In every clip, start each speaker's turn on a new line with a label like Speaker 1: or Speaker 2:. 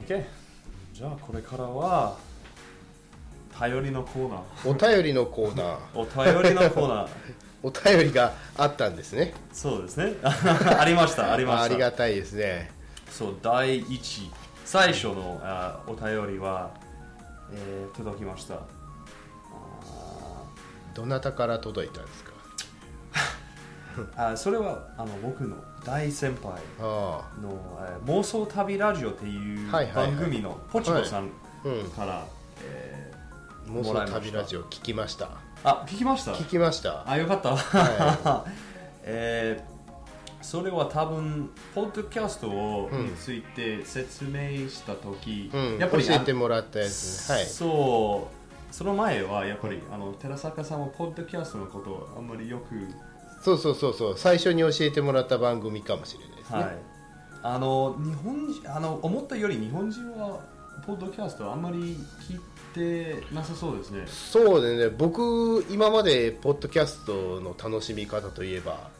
Speaker 1: OK じゃあこれからは頼りのコーナー
Speaker 2: お便りのコーナー
Speaker 1: お便りのコーナー
Speaker 2: お便りがあったんですね
Speaker 1: そうですね ありましたありまし
Speaker 2: ああり
Speaker 1: た
Speaker 2: がたいですね
Speaker 1: そう第一最初のあお便りは、えー届きました
Speaker 2: どなたから届いたんですか
Speaker 1: あそれはあの僕の大先輩
Speaker 2: あ
Speaker 1: の、えー妄想旅ラジオっていう
Speaker 2: はいはいはい
Speaker 1: 番組のポチコさん
Speaker 2: あうん
Speaker 1: から、え
Speaker 2: 妄
Speaker 1: もらいま
Speaker 2: 想
Speaker 1: した
Speaker 2: 旅ラジオ聞きました
Speaker 1: ーあ聞きました
Speaker 2: 聞きました
Speaker 1: あよかった、
Speaker 2: は
Speaker 1: えーそれは多分ポッドキャストをについて説明した時、
Speaker 2: うん
Speaker 1: やっぱり
Speaker 2: 教えて
Speaker 1: あ
Speaker 2: もらったやつねはい
Speaker 1: そうその前はやっぱりあの寺坂さんはポッドキャストのことをあんまりよく
Speaker 2: そうそうそうそう最初に教えてもらった番組かもしれないですね、
Speaker 1: はい、あの日本人あの思ったより日本人はポッドキャストあんまり聞いてなさそうです ね、
Speaker 2: そうでね僕今までポッドキャストの楽しみ方といえば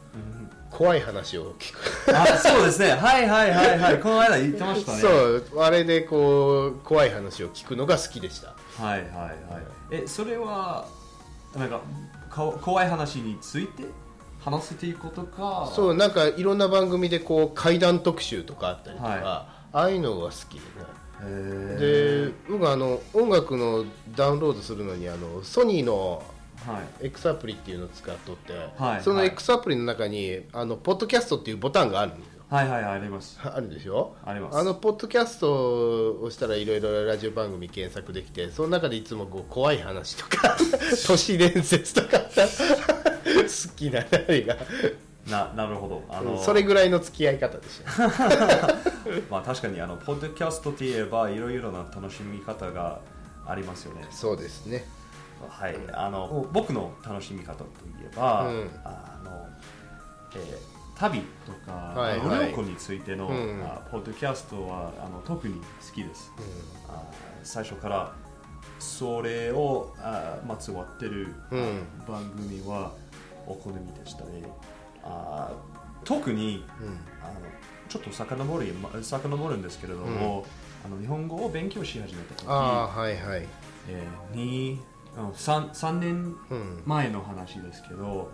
Speaker 2: 怖い話を聞く、
Speaker 1: あそうですねはいはいはいはいこの間言ってましたね
Speaker 2: そうあれでこう怖い話を聞くのが好きでした
Speaker 1: はいはいはいえそれはなんかか怖い話について話せていくことか
Speaker 2: そうなんかいろんな番組でこう怪談特集とかあったりとか、
Speaker 1: はい
Speaker 2: ああいうのが好き
Speaker 1: へ
Speaker 2: でね
Speaker 1: ー
Speaker 2: で僕あの音楽のダウンロードするのにあのソニーの
Speaker 1: はい
Speaker 2: X アプリっていうのを使っとって、
Speaker 1: はい
Speaker 2: その
Speaker 1: はい
Speaker 2: X アプリの中にあのポッドキャストっていうボタンがあるんですよ
Speaker 1: はいはいはいあります
Speaker 2: あるでしょ
Speaker 1: あります
Speaker 2: あのポッドキャストをしたらいろいろラジオ番組検索できてその中でいつもこう怖い話と か都市伝説とか好きな何が
Speaker 1: ななるほどあの
Speaker 2: それぐらいの付き合い方でしたね
Speaker 1: まあ確かにあのポッドキャストといえばいろいろな楽しみ方がありますよね
Speaker 2: そうですね
Speaker 1: はい、あの僕の楽しみ方といえば、
Speaker 2: うん
Speaker 1: あのえー旅とか、
Speaker 2: はいはい
Speaker 1: あの旅行についての、
Speaker 2: うん
Speaker 1: あポッドキャストはあの特に好きです、あ最初からそれをあまつわってる、
Speaker 2: うん
Speaker 1: 番組はお好みでしたねあ特に、あのちょっと遡るま遡るんですけれども、あの日本語を勉強し始めた時
Speaker 2: ああはいはい
Speaker 1: えーにうん3、3年
Speaker 2: うん
Speaker 1: 前の話ですけど、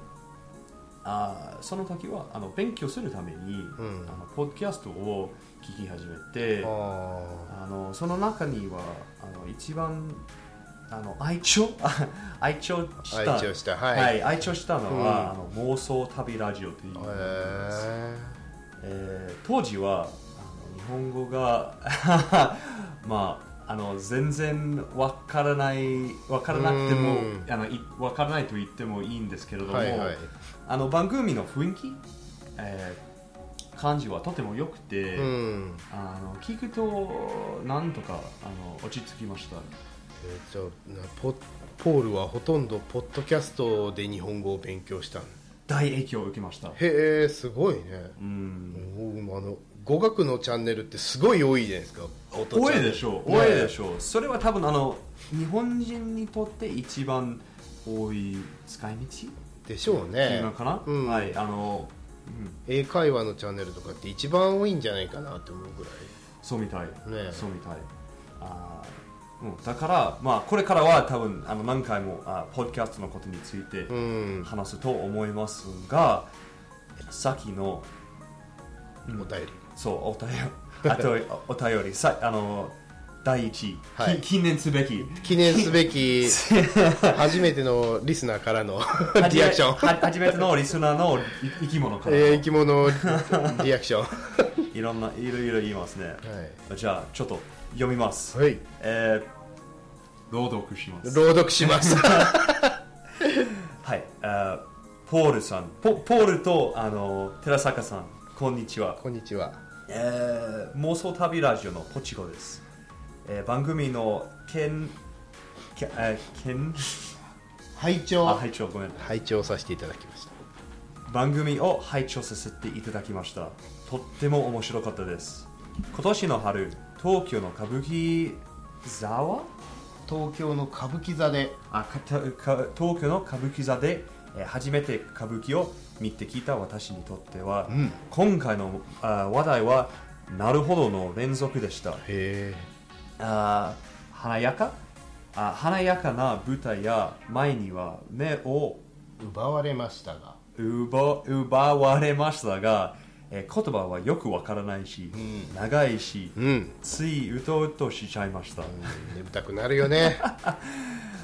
Speaker 1: あーその時はあの勉強するために、
Speaker 2: ん
Speaker 1: あのポッドキャストを聞き始めて
Speaker 2: あ
Speaker 1: あのその中にはあの一番あの愛聴 愛聴
Speaker 2: あ
Speaker 1: した
Speaker 2: 愛知をしたは、
Speaker 1: はいい
Speaker 2: へ
Speaker 1: 愛聴したのは、あの妄想旅ラジオという、
Speaker 2: え
Speaker 1: えー当時はあの日本語が まああの全然わからないわからなくても
Speaker 2: うん
Speaker 1: あのいわからないと言ってもいいんですけれども、
Speaker 2: はいはい
Speaker 1: あの番組の雰囲気、えー感じはとても良くて、
Speaker 2: うん
Speaker 1: あの聞くとなんとかあの落ち着きました
Speaker 2: えーじゃあなポポールはほとんどポッドキャストで日本語を勉強したの
Speaker 1: 大影響を受けました
Speaker 2: へえすごいね
Speaker 1: うん
Speaker 2: おあの語学のチャンネルってすごい多いじゃないですか音チャン
Speaker 1: 多
Speaker 2: ネ
Speaker 1: い
Speaker 2: ル
Speaker 1: でしょう多いで
Speaker 2: ね
Speaker 1: しょう、それは多分あの日本人にとって一番多い使い道
Speaker 2: でしょう
Speaker 1: っていう
Speaker 2: ね
Speaker 1: のかな、
Speaker 2: うん
Speaker 1: はいあの、うん、
Speaker 2: 英会話のチャンネルとかって一番多いんじゃないかなって思うぐらい
Speaker 1: そうみたい、
Speaker 2: え
Speaker 1: そうみたいあー、うん、だから、まあ、これからは多分あの何回もあポッドキャストのことについて
Speaker 2: うん
Speaker 1: 話すと思いますが、さっきの
Speaker 2: お便り
Speaker 1: そうお便りあとおお便りさあの第一、
Speaker 2: はい
Speaker 1: き記念すべき
Speaker 2: 記念すべ き初めてのリスナーから のリアクション、
Speaker 1: は初めてのリスナーのい生き物か
Speaker 2: え
Speaker 1: ら、
Speaker 2: ー生き物リアクションはい
Speaker 1: ろんないろいろ言いますね、じゃあちょっと読みます、
Speaker 2: い、はい、
Speaker 1: えー朗読します
Speaker 2: 朗読します
Speaker 1: はいあーポールさんポポールとあの寺坂さんこんにちは
Speaker 2: こんにちは
Speaker 1: えー妄想旅ラジオのポチコです、えー番組のけんけえーけん
Speaker 2: 拝
Speaker 1: あ
Speaker 2: 聴
Speaker 1: はいちょごめん
Speaker 2: 拝聴させていただきました
Speaker 1: 番組を拝聴させていただきましたとっても面白かったです今年の春東京の歌舞伎座は
Speaker 2: 東京の歌舞伎座で
Speaker 1: あかたか東京の歌舞伎座でえー初めて歌舞伎を見てきた私にとっては、今回のあ話題はなるほどの連続でした。
Speaker 2: へ
Speaker 1: あー華やかあ華やかな舞台や前には目を
Speaker 2: え奪われましたが
Speaker 1: 奪奪われましたが、えー言葉はよくわからないし、
Speaker 2: ん
Speaker 1: 長いし、
Speaker 2: うん
Speaker 1: ついうとうとしちゃいました、
Speaker 2: 眠たくなるよね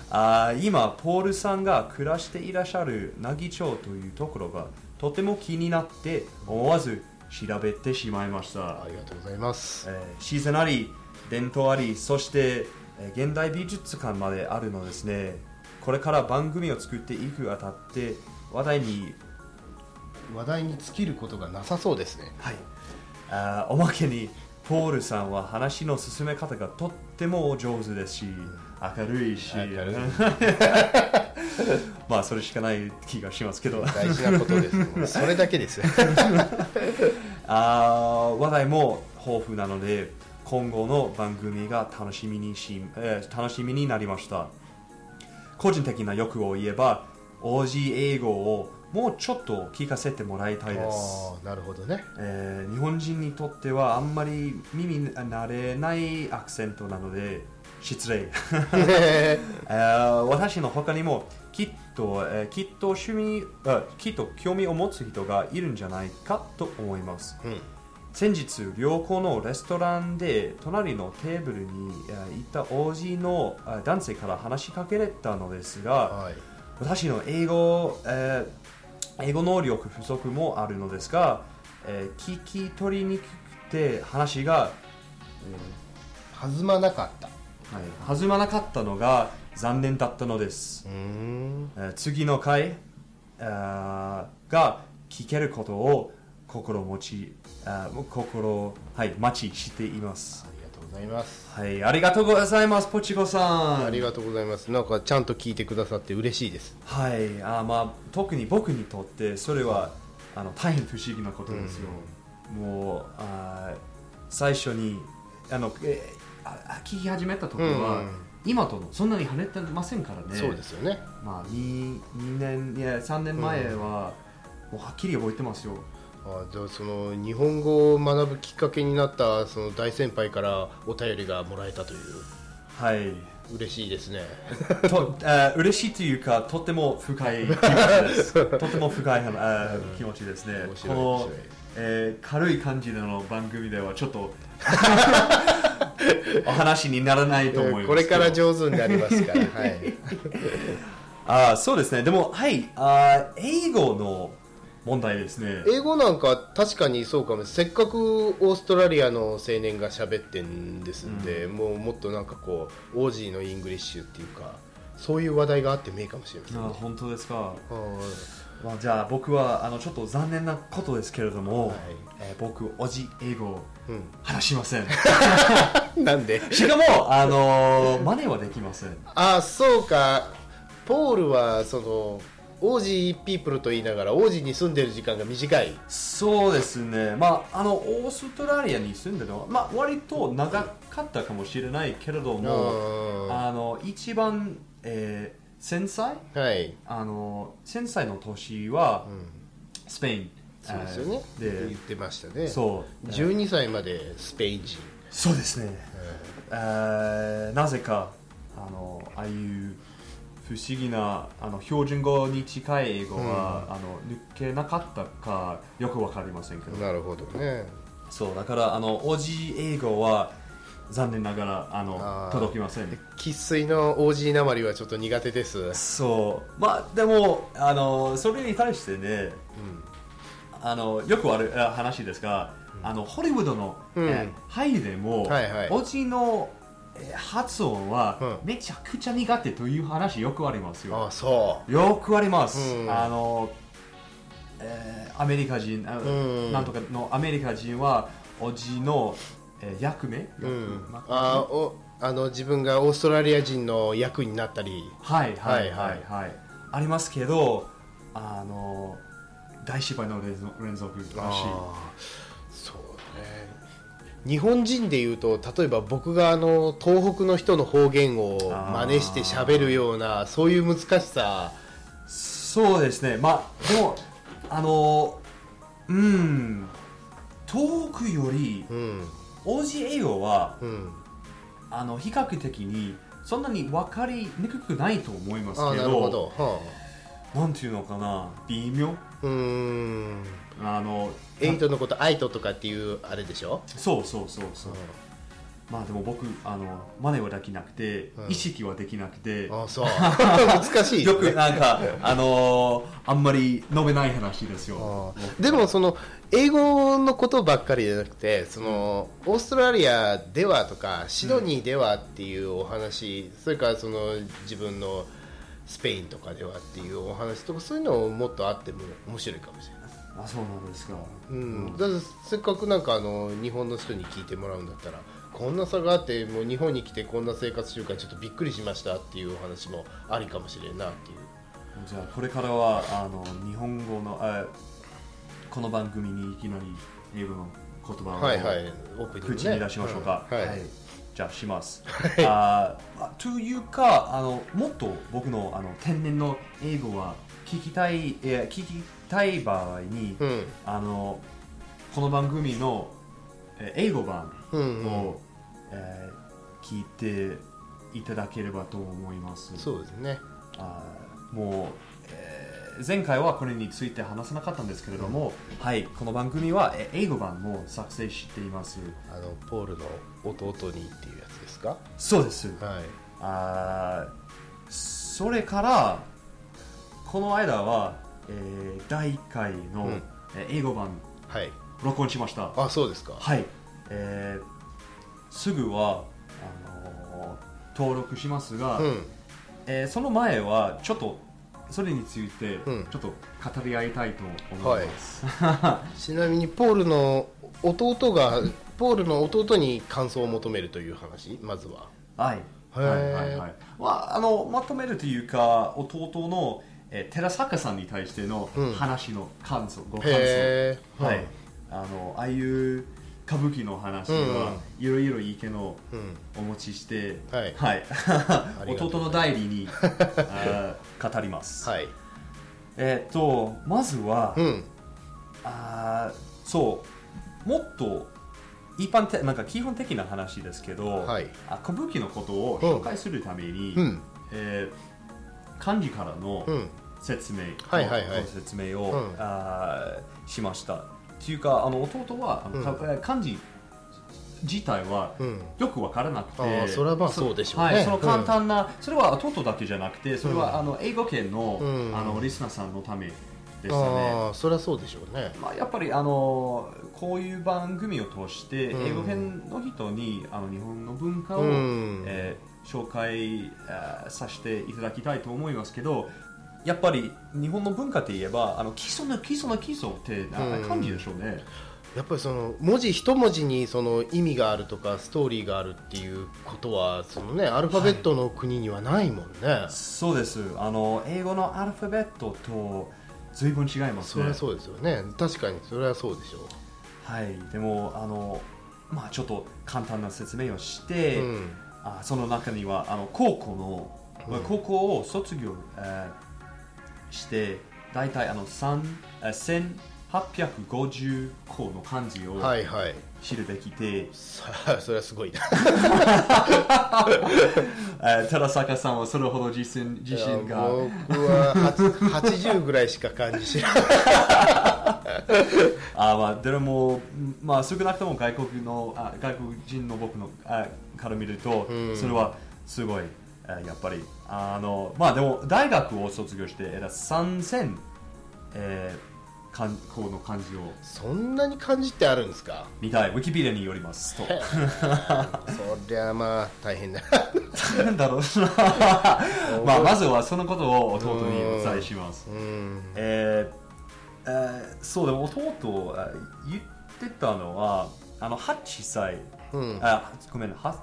Speaker 1: あー今ポールさんが暮らしていらっしゃる奈義町というところがとても気になって思わず調べてしまいました
Speaker 2: ありがとうございます
Speaker 1: えー自然あり伝統ありそして、えー現代美術館まであるのですねこれから番組を作っていくあたって話題に、
Speaker 2: 話題に尽きることがなさそうですね
Speaker 1: はい、あーおまけにポールさんは話の進め方がとってもお上手ですし明るいし
Speaker 2: 明るい
Speaker 1: まあそれしかない気がしますけど
Speaker 2: 大事なことですもんそれだけですよ
Speaker 1: あー話題も豊富なので今後の番組が楽しみにし、えー楽しみになりました個人的な欲を言えば OG 英語をもうちょっと聞かせてもらいたいです、
Speaker 2: ああなるほど ね
Speaker 1: えー日本人にとってはあんまり耳に慣れないアクセントなので失礼 えー私の他にもきっと、えーきっと趣味あきっと興味を持つ人がいるんじゃないかと思います
Speaker 2: うん
Speaker 1: 先日良好のレストランで隣のテーブルにえーいた王子のえー男性から話しかけられたのですが
Speaker 2: はい
Speaker 1: 私の英語,、えー英語能力不足もあるのですが、えー聞き取りにくくて話が、
Speaker 2: 弾まなかった
Speaker 1: はい弾まなかったのが残念だったのです
Speaker 2: うーん
Speaker 1: えー次の回あーが聞けることを心持ちあー心はい待ちしています
Speaker 2: ありがとうございます
Speaker 1: はいありがとうございますポチコさ
Speaker 2: あり
Speaker 1: ん
Speaker 2: がとうございますなんかちゃんと聞いてくださって嬉しいです
Speaker 1: はいあーまあ特に僕にとってそれはあの大変不思議なことですよ、もうあー最初にあの、えーあ聞き始めた時は、
Speaker 2: うん
Speaker 1: 今とのそんなに跳ねてませんからね
Speaker 2: そうですよね
Speaker 1: まあ、2, 2年いや3年前は、もうはっきり覚えてますよ
Speaker 2: あじゃあその日本語を学ぶきっかけになったその大先輩からお便りがもらえたという
Speaker 1: はい
Speaker 2: 嬉しいですね
Speaker 1: とあー嬉しいというかとても深い気持ち ですとても深いあー気持ちですね
Speaker 2: 面
Speaker 1: こ
Speaker 2: 白い面
Speaker 1: の
Speaker 2: 白い、
Speaker 1: えー軽い感じでの番組ではちょっ とお話にならない と思いますけど
Speaker 2: これから上手になります からはい
Speaker 1: あーそうですねでもはいあー英語の問題ですね
Speaker 2: 英語なんか確かにそうかもせっかくオーストラリアの青年が喋ってんですんで、もうもっとなんかこうオージーのイングリッシュっていうかそういう話題があってもいいかもしれません
Speaker 1: あ
Speaker 2: ね
Speaker 1: ー本当ですか
Speaker 2: はい
Speaker 1: まあ、じゃあ僕はあのちょっと残念なことですけれども、
Speaker 2: はい
Speaker 1: えー僕おじ英語
Speaker 2: う
Speaker 1: 話しません
Speaker 2: ん、なんで
Speaker 1: しかもあのー真似はできません
Speaker 2: あそうかポールはそのオージーピープルと言いながらオージーに住んでる時間が短い
Speaker 1: そうですねまああのオーストラリアに住んでるのは、まあ、割と長かったかもしれないけれども
Speaker 2: は
Speaker 1: あの一番、えー繊細
Speaker 2: い、
Speaker 1: あの繊細の年は
Speaker 2: うん、
Speaker 1: スペイン
Speaker 2: そうですよね、
Speaker 1: えー
Speaker 2: 言ってましたね
Speaker 1: でそう
Speaker 2: 12歳までスペイン人、
Speaker 1: そうですねえーなぜかあのああいう不思議なあの標準語に近い英語は、あの抜けなかったかよくわかりませんけど、
Speaker 2: なるほどね
Speaker 1: そうだからあのオジ英語は残念ながらあの
Speaker 2: あー
Speaker 1: 届きません
Speaker 2: 生粋のオージーなまりはちょっと苦手です、うん、
Speaker 1: そうまあでもあのそれに対してねあのよくあるあ話ですが、あのホリウッドの、
Speaker 2: うん
Speaker 1: えー俳優でも、
Speaker 2: はいはい
Speaker 1: おじのえー発音は
Speaker 2: うん
Speaker 1: めちゃくちゃ苦手という話よくあります
Speaker 2: あ
Speaker 1: よ。
Speaker 2: あそ
Speaker 1: よくあります。
Speaker 2: うん
Speaker 1: あの、えーアメリカ人、あ
Speaker 2: うん
Speaker 1: なんとかのアメリカ人はおじの、えー役目、
Speaker 2: う、うん
Speaker 1: 役、
Speaker 2: あおあの自分がオーストラリア人の役になったり
Speaker 1: はいはいは
Speaker 2: はいい
Speaker 1: はい。ありますけど、あの大失敗の連続連続らしい。
Speaker 2: あーそうね日本人でいうと例えば僕があの東北の人の方言を真似して喋るようなそういう難しさ
Speaker 1: そうですね、まあ、でも、あの、うん、遠くより
Speaker 2: うん
Speaker 1: オジエオは
Speaker 2: うん
Speaker 1: あの比較的にそんなに分かりにくくないと思います
Speaker 2: ああ
Speaker 1: け
Speaker 2: な
Speaker 1: ど
Speaker 2: るほどは
Speaker 1: なんていうのかな微妙
Speaker 2: あうーん
Speaker 1: あの
Speaker 2: エイトのことアイトとかっていうあれでしょ
Speaker 1: そうそうそうそう、
Speaker 2: う
Speaker 1: まあでも僕あの真似はできなくて、
Speaker 2: うん
Speaker 1: 意識はできなくて、
Speaker 2: んあそう 難しい
Speaker 1: よくなんかあのーあんまり述べない話です
Speaker 2: あ
Speaker 1: よ
Speaker 2: ーでもその英語のことばっかりじゃなくてそのオーストラリアではとかシドニーではっていうお話、それからその自分のスペインとかではっていうお話とかそういうのをもっとあっても面白いかもしれない、
Speaker 1: あそうなんですか、
Speaker 2: うん、だってせっかくなんかあの日本の人に聞いてもらうんだったらこんな差があってもう日本に来てこんな生活習慣ちょっとびっくりしましたっていうお話もありかもしれんなっていう
Speaker 1: じゃあこれからはあの日本語のあこの番組にいきなり英語の言葉を、
Speaker 2: はいはいオープニングね
Speaker 1: 口に出しましょうか、
Speaker 2: うんはい
Speaker 1: じゃあします、あーあというかあのもっと僕のあの天然の英語は聞きたい、えー聞きたい場合に、
Speaker 2: うん
Speaker 1: あのこの番組の、えー英語版
Speaker 2: う
Speaker 1: を、
Speaker 2: んうん
Speaker 1: えー聞いていただければと思います
Speaker 2: そうですね
Speaker 1: あーもう、えー前回はこれについて話さなかったんですけれども、はいこの番組はえー英語版も作成しています
Speaker 2: あのポールの弟にっていうやつですか
Speaker 1: そうです
Speaker 2: はい
Speaker 1: あーそれからこの間は、えー第1回の、
Speaker 2: うん
Speaker 1: えー英語版
Speaker 2: はい
Speaker 1: 録音しました
Speaker 2: あそうですか
Speaker 1: はい、えーすぐはあのー登録しますが、
Speaker 2: うん
Speaker 1: えーその前はちょっとそれについて
Speaker 2: うん
Speaker 1: ちょっと語り合いたいと思います、
Speaker 2: ちなみにポールの弟がポールの弟に感想を求めるという話まずは
Speaker 1: はい、
Speaker 2: へ
Speaker 1: は
Speaker 2: ー
Speaker 1: いはいはいまああのまとめるというか弟の、えー、寺坂さんに対しての
Speaker 2: うん
Speaker 1: 話の感想、ご感想
Speaker 2: へえ
Speaker 1: はい、あのああいう歌舞伎の話はいろいろ意見を
Speaker 2: うん
Speaker 1: お持ちして、
Speaker 2: はい
Speaker 1: はい
Speaker 2: りがとう
Speaker 1: 弟の代理 にあー語ります、
Speaker 2: はい
Speaker 1: えーっとまずは、
Speaker 2: うん
Speaker 1: あーそうもっと一般的なんか基本的な話ですけど、
Speaker 2: はい
Speaker 1: あ歌舞伎のことを紹介するために、
Speaker 2: うん
Speaker 1: えー漢字からの
Speaker 2: うん
Speaker 1: 説明、
Speaker 2: はいはいはい
Speaker 1: ご説明を、
Speaker 2: うん
Speaker 1: あーしましたっていうかあの弟はあの、かえー漢字自体は
Speaker 2: うん
Speaker 1: よくわからなくて、
Speaker 2: あーそれはまあそうでしょうね
Speaker 1: はい、その簡単な、それは弟だけじゃなくてそれは、あの英語圏の,、
Speaker 2: うん
Speaker 1: あのリスナーさんのためでしたね
Speaker 2: ああそりゃそうでしょうね
Speaker 1: まあ、やっぱりあのこういう番組を通して
Speaker 2: うん
Speaker 1: 英語圏の人にあの日本の文化を、
Speaker 2: うん
Speaker 1: えー紹介あーさせていただきたいと思いますけどやっぱり日本の文化といえばあの基礎の基礎の基礎ってあ
Speaker 2: うん
Speaker 1: 感じでしょうね、
Speaker 2: やっぱりその文字一文字にその意味があるとかストーリーがあるっていうことはそのねアルファベットの国にはないもんね、
Speaker 1: そうですあの英語のアルファベットと随分違います
Speaker 2: そ
Speaker 1: ね
Speaker 2: りゃそうですよね確かにそれはそうでしょ
Speaker 1: はいでもあのまあちょっと簡単な説明をして、
Speaker 2: う、うん、
Speaker 1: あその中にはあの高校の、
Speaker 2: うん
Speaker 1: 高校を卒業、えーして大体あの3あ1850個の漢字を
Speaker 2: はいはい
Speaker 1: 知るべきで、
Speaker 2: さあそれはすごいな
Speaker 1: えー寺坂さんはそれほど自信自信
Speaker 2: いや
Speaker 1: が
Speaker 2: 僕ははち80ぐらいしか感じしない
Speaker 1: あー、まあ、でも、まあ、少なくとも外国のあ外国人の僕のあから見ると、
Speaker 2: うん
Speaker 1: それはすごいあやっぱりあのまあでも大学を卒業してえら3000、えー、漢この漢字を
Speaker 2: そんなに感じってあるんで すか
Speaker 1: 見たいウィキペディアによります と
Speaker 2: そりゃまあ大変だ
Speaker 1: なんだろうな、 まあ、まずはそのことを弟にお伝えします
Speaker 2: うん
Speaker 1: えーえーそうでも弟あ言ってたのはあの8歳
Speaker 2: うん
Speaker 1: あごめんは、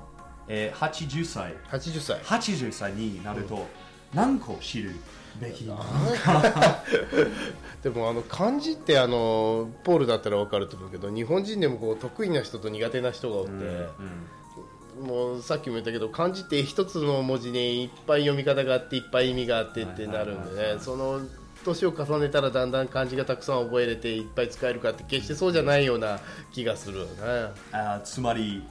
Speaker 1: えー、80歳
Speaker 2: 80歳
Speaker 1: 80歳になると何個知るべき
Speaker 2: でもあの漢字ってあのポールだったら分かると思うけど日本人でもこう得意な人と苦手な人がおって、
Speaker 1: うん
Speaker 2: もうさっきも言ったけど漢字って一つの文字にいっぱい読み方があっていっぱい意味があってってなるんで
Speaker 1: はいは
Speaker 2: ね、
Speaker 1: いはいはい
Speaker 2: その年を重ねたらだんだん漢字がたくさん覚えれていっぱい使えるかって決してそうじゃないような気がするよね
Speaker 1: あーつまり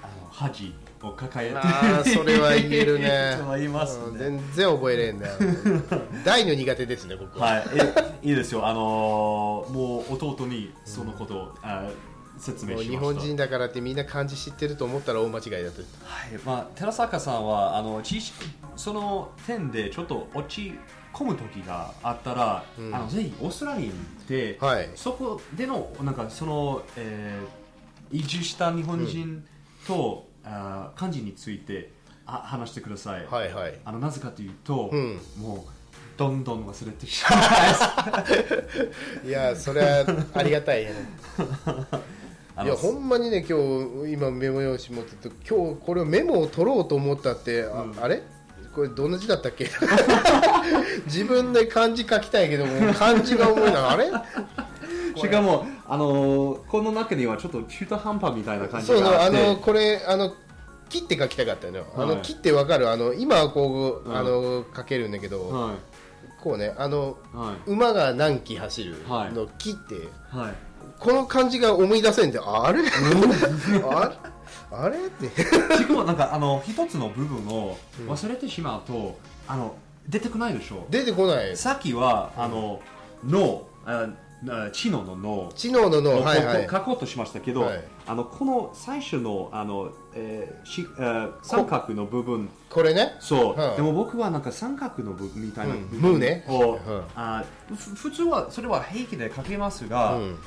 Speaker 1: あの恥を抱えて
Speaker 2: あーそれは言えるね
Speaker 1: そう言いますね
Speaker 2: うん全然覚えれんだよ大の 苦手ですね僕は、
Speaker 1: はい、えいいですよ、あのーもう弟にそのことを、あー説明し
Speaker 2: も
Speaker 1: ま
Speaker 2: う
Speaker 1: した
Speaker 2: 日本人だからってみんな漢字知ってると思ったら大間違いだと
Speaker 1: はいまあ、寺坂さんはあの知識その点でちょっと落ち込む時があったら、
Speaker 2: うん
Speaker 1: あのぜひオーストラリアに行って、
Speaker 2: はい
Speaker 1: そこでのなんかその、えー移住した日本人と、あー漢字についてあ話してください、
Speaker 2: はいはい
Speaker 1: あのなぜかというと、
Speaker 2: うん
Speaker 1: もうどんどん忘れてし まいます
Speaker 2: いやそれはありがたいね
Speaker 1: あ
Speaker 2: い
Speaker 1: の
Speaker 2: やほんまにね今日今メモ用紙持ってて今日これをメモを取ろうと思ったって、ああれこれどの字だったっけ 自分で漢字書きたいけども漢字が重いなあれ
Speaker 1: しかも、あのーこの中にはちょっと中途半端みたいな感じ
Speaker 2: そうそう
Speaker 1: があ
Speaker 2: あ
Speaker 1: って
Speaker 2: のこれあの切って書きたかったのよ、あ
Speaker 1: は
Speaker 2: の
Speaker 1: い
Speaker 2: 切ってわかるあの今はこう、
Speaker 1: うん
Speaker 2: あの書けるんだけど、
Speaker 1: は
Speaker 2: こうねあの
Speaker 1: いは
Speaker 2: 馬が何騎走る
Speaker 1: はい
Speaker 2: の切って、
Speaker 1: いはい
Speaker 2: この漢字が思い出せんであれ あれあれって
Speaker 1: しかもなんかあの一つの部分を忘れてしまうと、あの出てこないでしょ
Speaker 2: 出てこない
Speaker 1: さっきはあの脳ああ知能の脳
Speaker 2: 知能の脳
Speaker 1: を
Speaker 2: はいはい
Speaker 1: 書こうとしましたけど、
Speaker 2: はい
Speaker 1: あのこの最初のあの、えーしえー三角の部分
Speaker 2: これね
Speaker 1: そう、
Speaker 2: はい
Speaker 1: でも僕はなんか三角の部分みたいな
Speaker 2: うん
Speaker 1: 部分を、
Speaker 2: ムーねうん
Speaker 1: あふ普通はそれは平気で書けますが、
Speaker 2: うん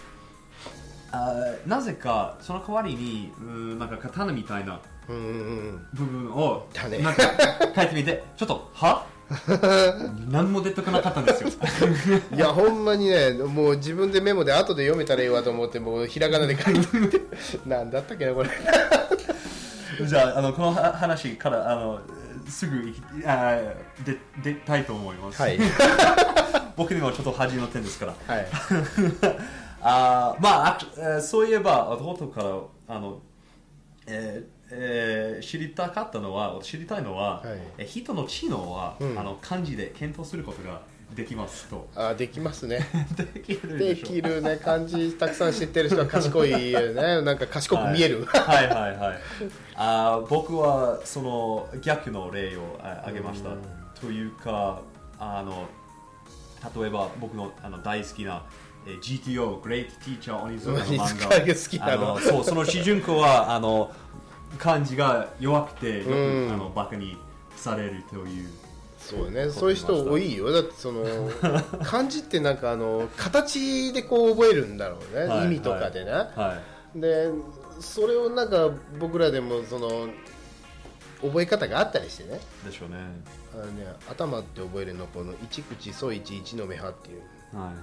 Speaker 1: あーなぜかその代わりにうーんなんか刀みたいな
Speaker 2: うんうん
Speaker 1: 部分を
Speaker 2: だね
Speaker 1: なんか書いてみてちょっと は何も出てこなかったんですよ
Speaker 2: うん いやほんまにねもう自分でメモで後で読めたらいいわと思ってもうひらがなで書いて てなんだったっけなこれ
Speaker 1: じゃああのこのは話からあのすぐ行きあーで出たいと思います、
Speaker 2: はい
Speaker 1: 僕にもちょっと恥の点ですから
Speaker 2: はい
Speaker 1: あーまああえーそういえば弟からあの、えーえー知りたかったのは知りたいのは、
Speaker 2: はい
Speaker 1: えー人の知能は、
Speaker 2: うん
Speaker 1: あの漢字で検討することができますと
Speaker 2: あできますね
Speaker 1: できるで
Speaker 2: で
Speaker 1: しょ
Speaker 2: きるね漢字たくさん知ってる人は賢いよねなんか賢く見える、
Speaker 1: はい、はいはいはいあー僕はその逆の例をあ挙げました
Speaker 2: うん
Speaker 1: というかあの例えば僕のあの大好きなえー GTO グレートティーチャー鬼蔵の漫
Speaker 2: 鬼
Speaker 1: 画
Speaker 2: 塚が好きなの
Speaker 1: あのそうその主人公はあの漢字が弱くてよく、
Speaker 2: うん
Speaker 1: あのバカにされるという
Speaker 2: そうねそういう人多いよだってその漢字ってなんかあの形でこう覚えるんだろうね、
Speaker 1: はい
Speaker 2: 意味とかでね、
Speaker 1: はい
Speaker 2: でそれをなんか僕らでもその覚え方があったりしてね
Speaker 1: でしょうね
Speaker 2: あのね頭って覚えるのこの一口そいち一の目派っていう
Speaker 1: はいはい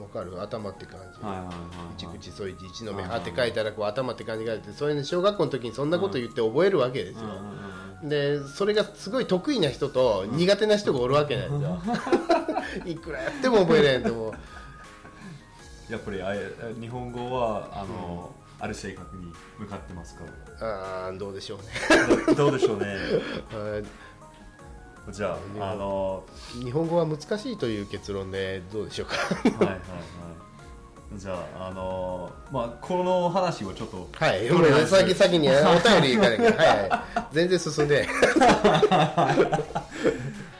Speaker 2: わかる頭って感じ、
Speaker 1: はいはいはいはい
Speaker 2: 一
Speaker 1: はい
Speaker 2: 口そいち一の目派って書いたらこう頭って感じがあってそれね小学校の時にそんなこと言って覚えるわけですよ、
Speaker 1: うんうんうん
Speaker 2: でそれがすごい得意な人と苦手な人がおるわけなんですよ いくらやっても覚えれんとも
Speaker 1: やっぱりあれ日本語はあの、ある性格に向かってますから
Speaker 2: あーどうでしょうね
Speaker 1: どどうでしょうね
Speaker 2: あ
Speaker 1: じゃああの
Speaker 2: ー日本語は難しいという結論でどうでしょうか
Speaker 1: はいはいはいじゃああのまあこの話はちょっと
Speaker 2: はい
Speaker 1: どれ
Speaker 2: 俺先先にねお便りいかなきゃはい、はい、全然進んで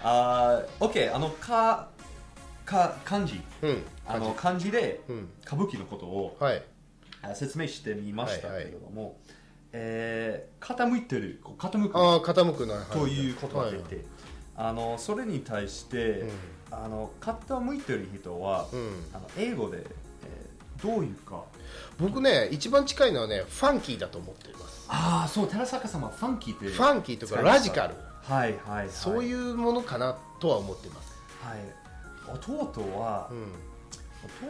Speaker 1: あー OK あのかか漢字
Speaker 2: うん
Speaker 1: あの漢字で
Speaker 2: うん
Speaker 1: 歌舞伎のことを
Speaker 2: はい
Speaker 1: あ説明してみましたけ
Speaker 2: は
Speaker 1: れ
Speaker 2: いはい
Speaker 1: ども、えー傾いてるこう傾く
Speaker 2: ああ傾くなは
Speaker 1: ということが出て、
Speaker 2: はい
Speaker 1: あのそれに対して、
Speaker 2: うん
Speaker 1: あの傾いてる人は、
Speaker 2: うん
Speaker 1: あの英語で、えーどういうか
Speaker 2: 僕ね一番近いのはねファンキーだと思っています
Speaker 1: ああそう寺坂様ファンキーって
Speaker 2: ファンキーとかラジカル
Speaker 1: はいはい、はい、、
Speaker 2: そういううものかなとは思っています
Speaker 1: はい、弟は
Speaker 2: う、ん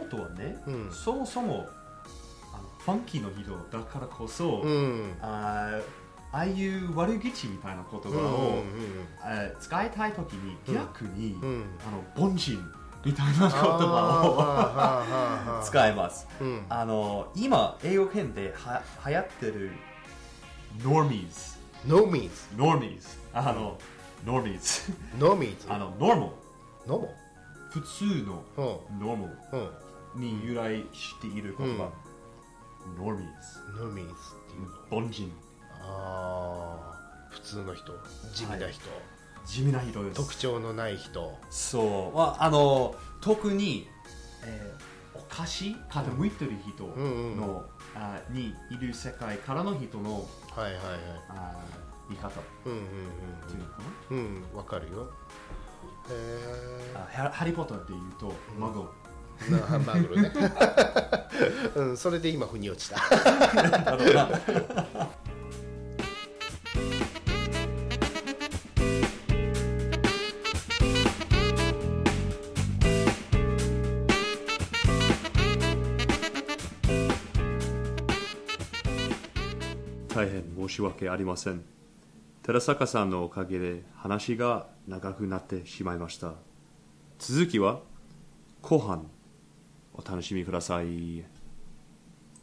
Speaker 1: 弟はね、
Speaker 2: うん
Speaker 1: そもそもあのファンキーの人だからこそ、
Speaker 2: うん
Speaker 1: あーああいう悪口みたいな言葉
Speaker 2: うん
Speaker 1: を、
Speaker 2: うん
Speaker 1: あー使いたいときに
Speaker 2: うん
Speaker 1: 逆に、
Speaker 2: うん
Speaker 1: あの凡人みたい な言葉
Speaker 2: 葉
Speaker 1: を
Speaker 2: う、
Speaker 1: 使います
Speaker 2: うん、
Speaker 1: あの今英語圏では流行ってるノーミーズ
Speaker 2: ノーミーズ
Speaker 1: ノーミーズあのノーミーズ
Speaker 2: ノーミーズ
Speaker 1: あのノーマル
Speaker 2: ノモ
Speaker 1: 普通の
Speaker 2: うん
Speaker 1: ノーマル
Speaker 2: うん
Speaker 1: に由来している言葉、ノーミーズ
Speaker 2: ノミーズっていうの
Speaker 1: 凡人
Speaker 2: ああ普通の人地味な人、
Speaker 1: 地味な人です
Speaker 2: 特徴のない人
Speaker 1: そう、まあ、あの特に、えーお菓子傾いてる人の、
Speaker 2: んうん
Speaker 1: あにいる世界からの人の
Speaker 2: はいはいはい
Speaker 1: あ言い方っ
Speaker 2: うんうん
Speaker 1: ていうのかな、
Speaker 2: うんうんうんわかるよへ
Speaker 1: あハハリー・ポッターでいうと、マゴ
Speaker 2: えなハンバーグロね、うん、それで今腑に落ちた
Speaker 1: だろうな大変申し訳ありません寺坂さんのおかげで話が長くなってしまいました続きは後半お楽しみください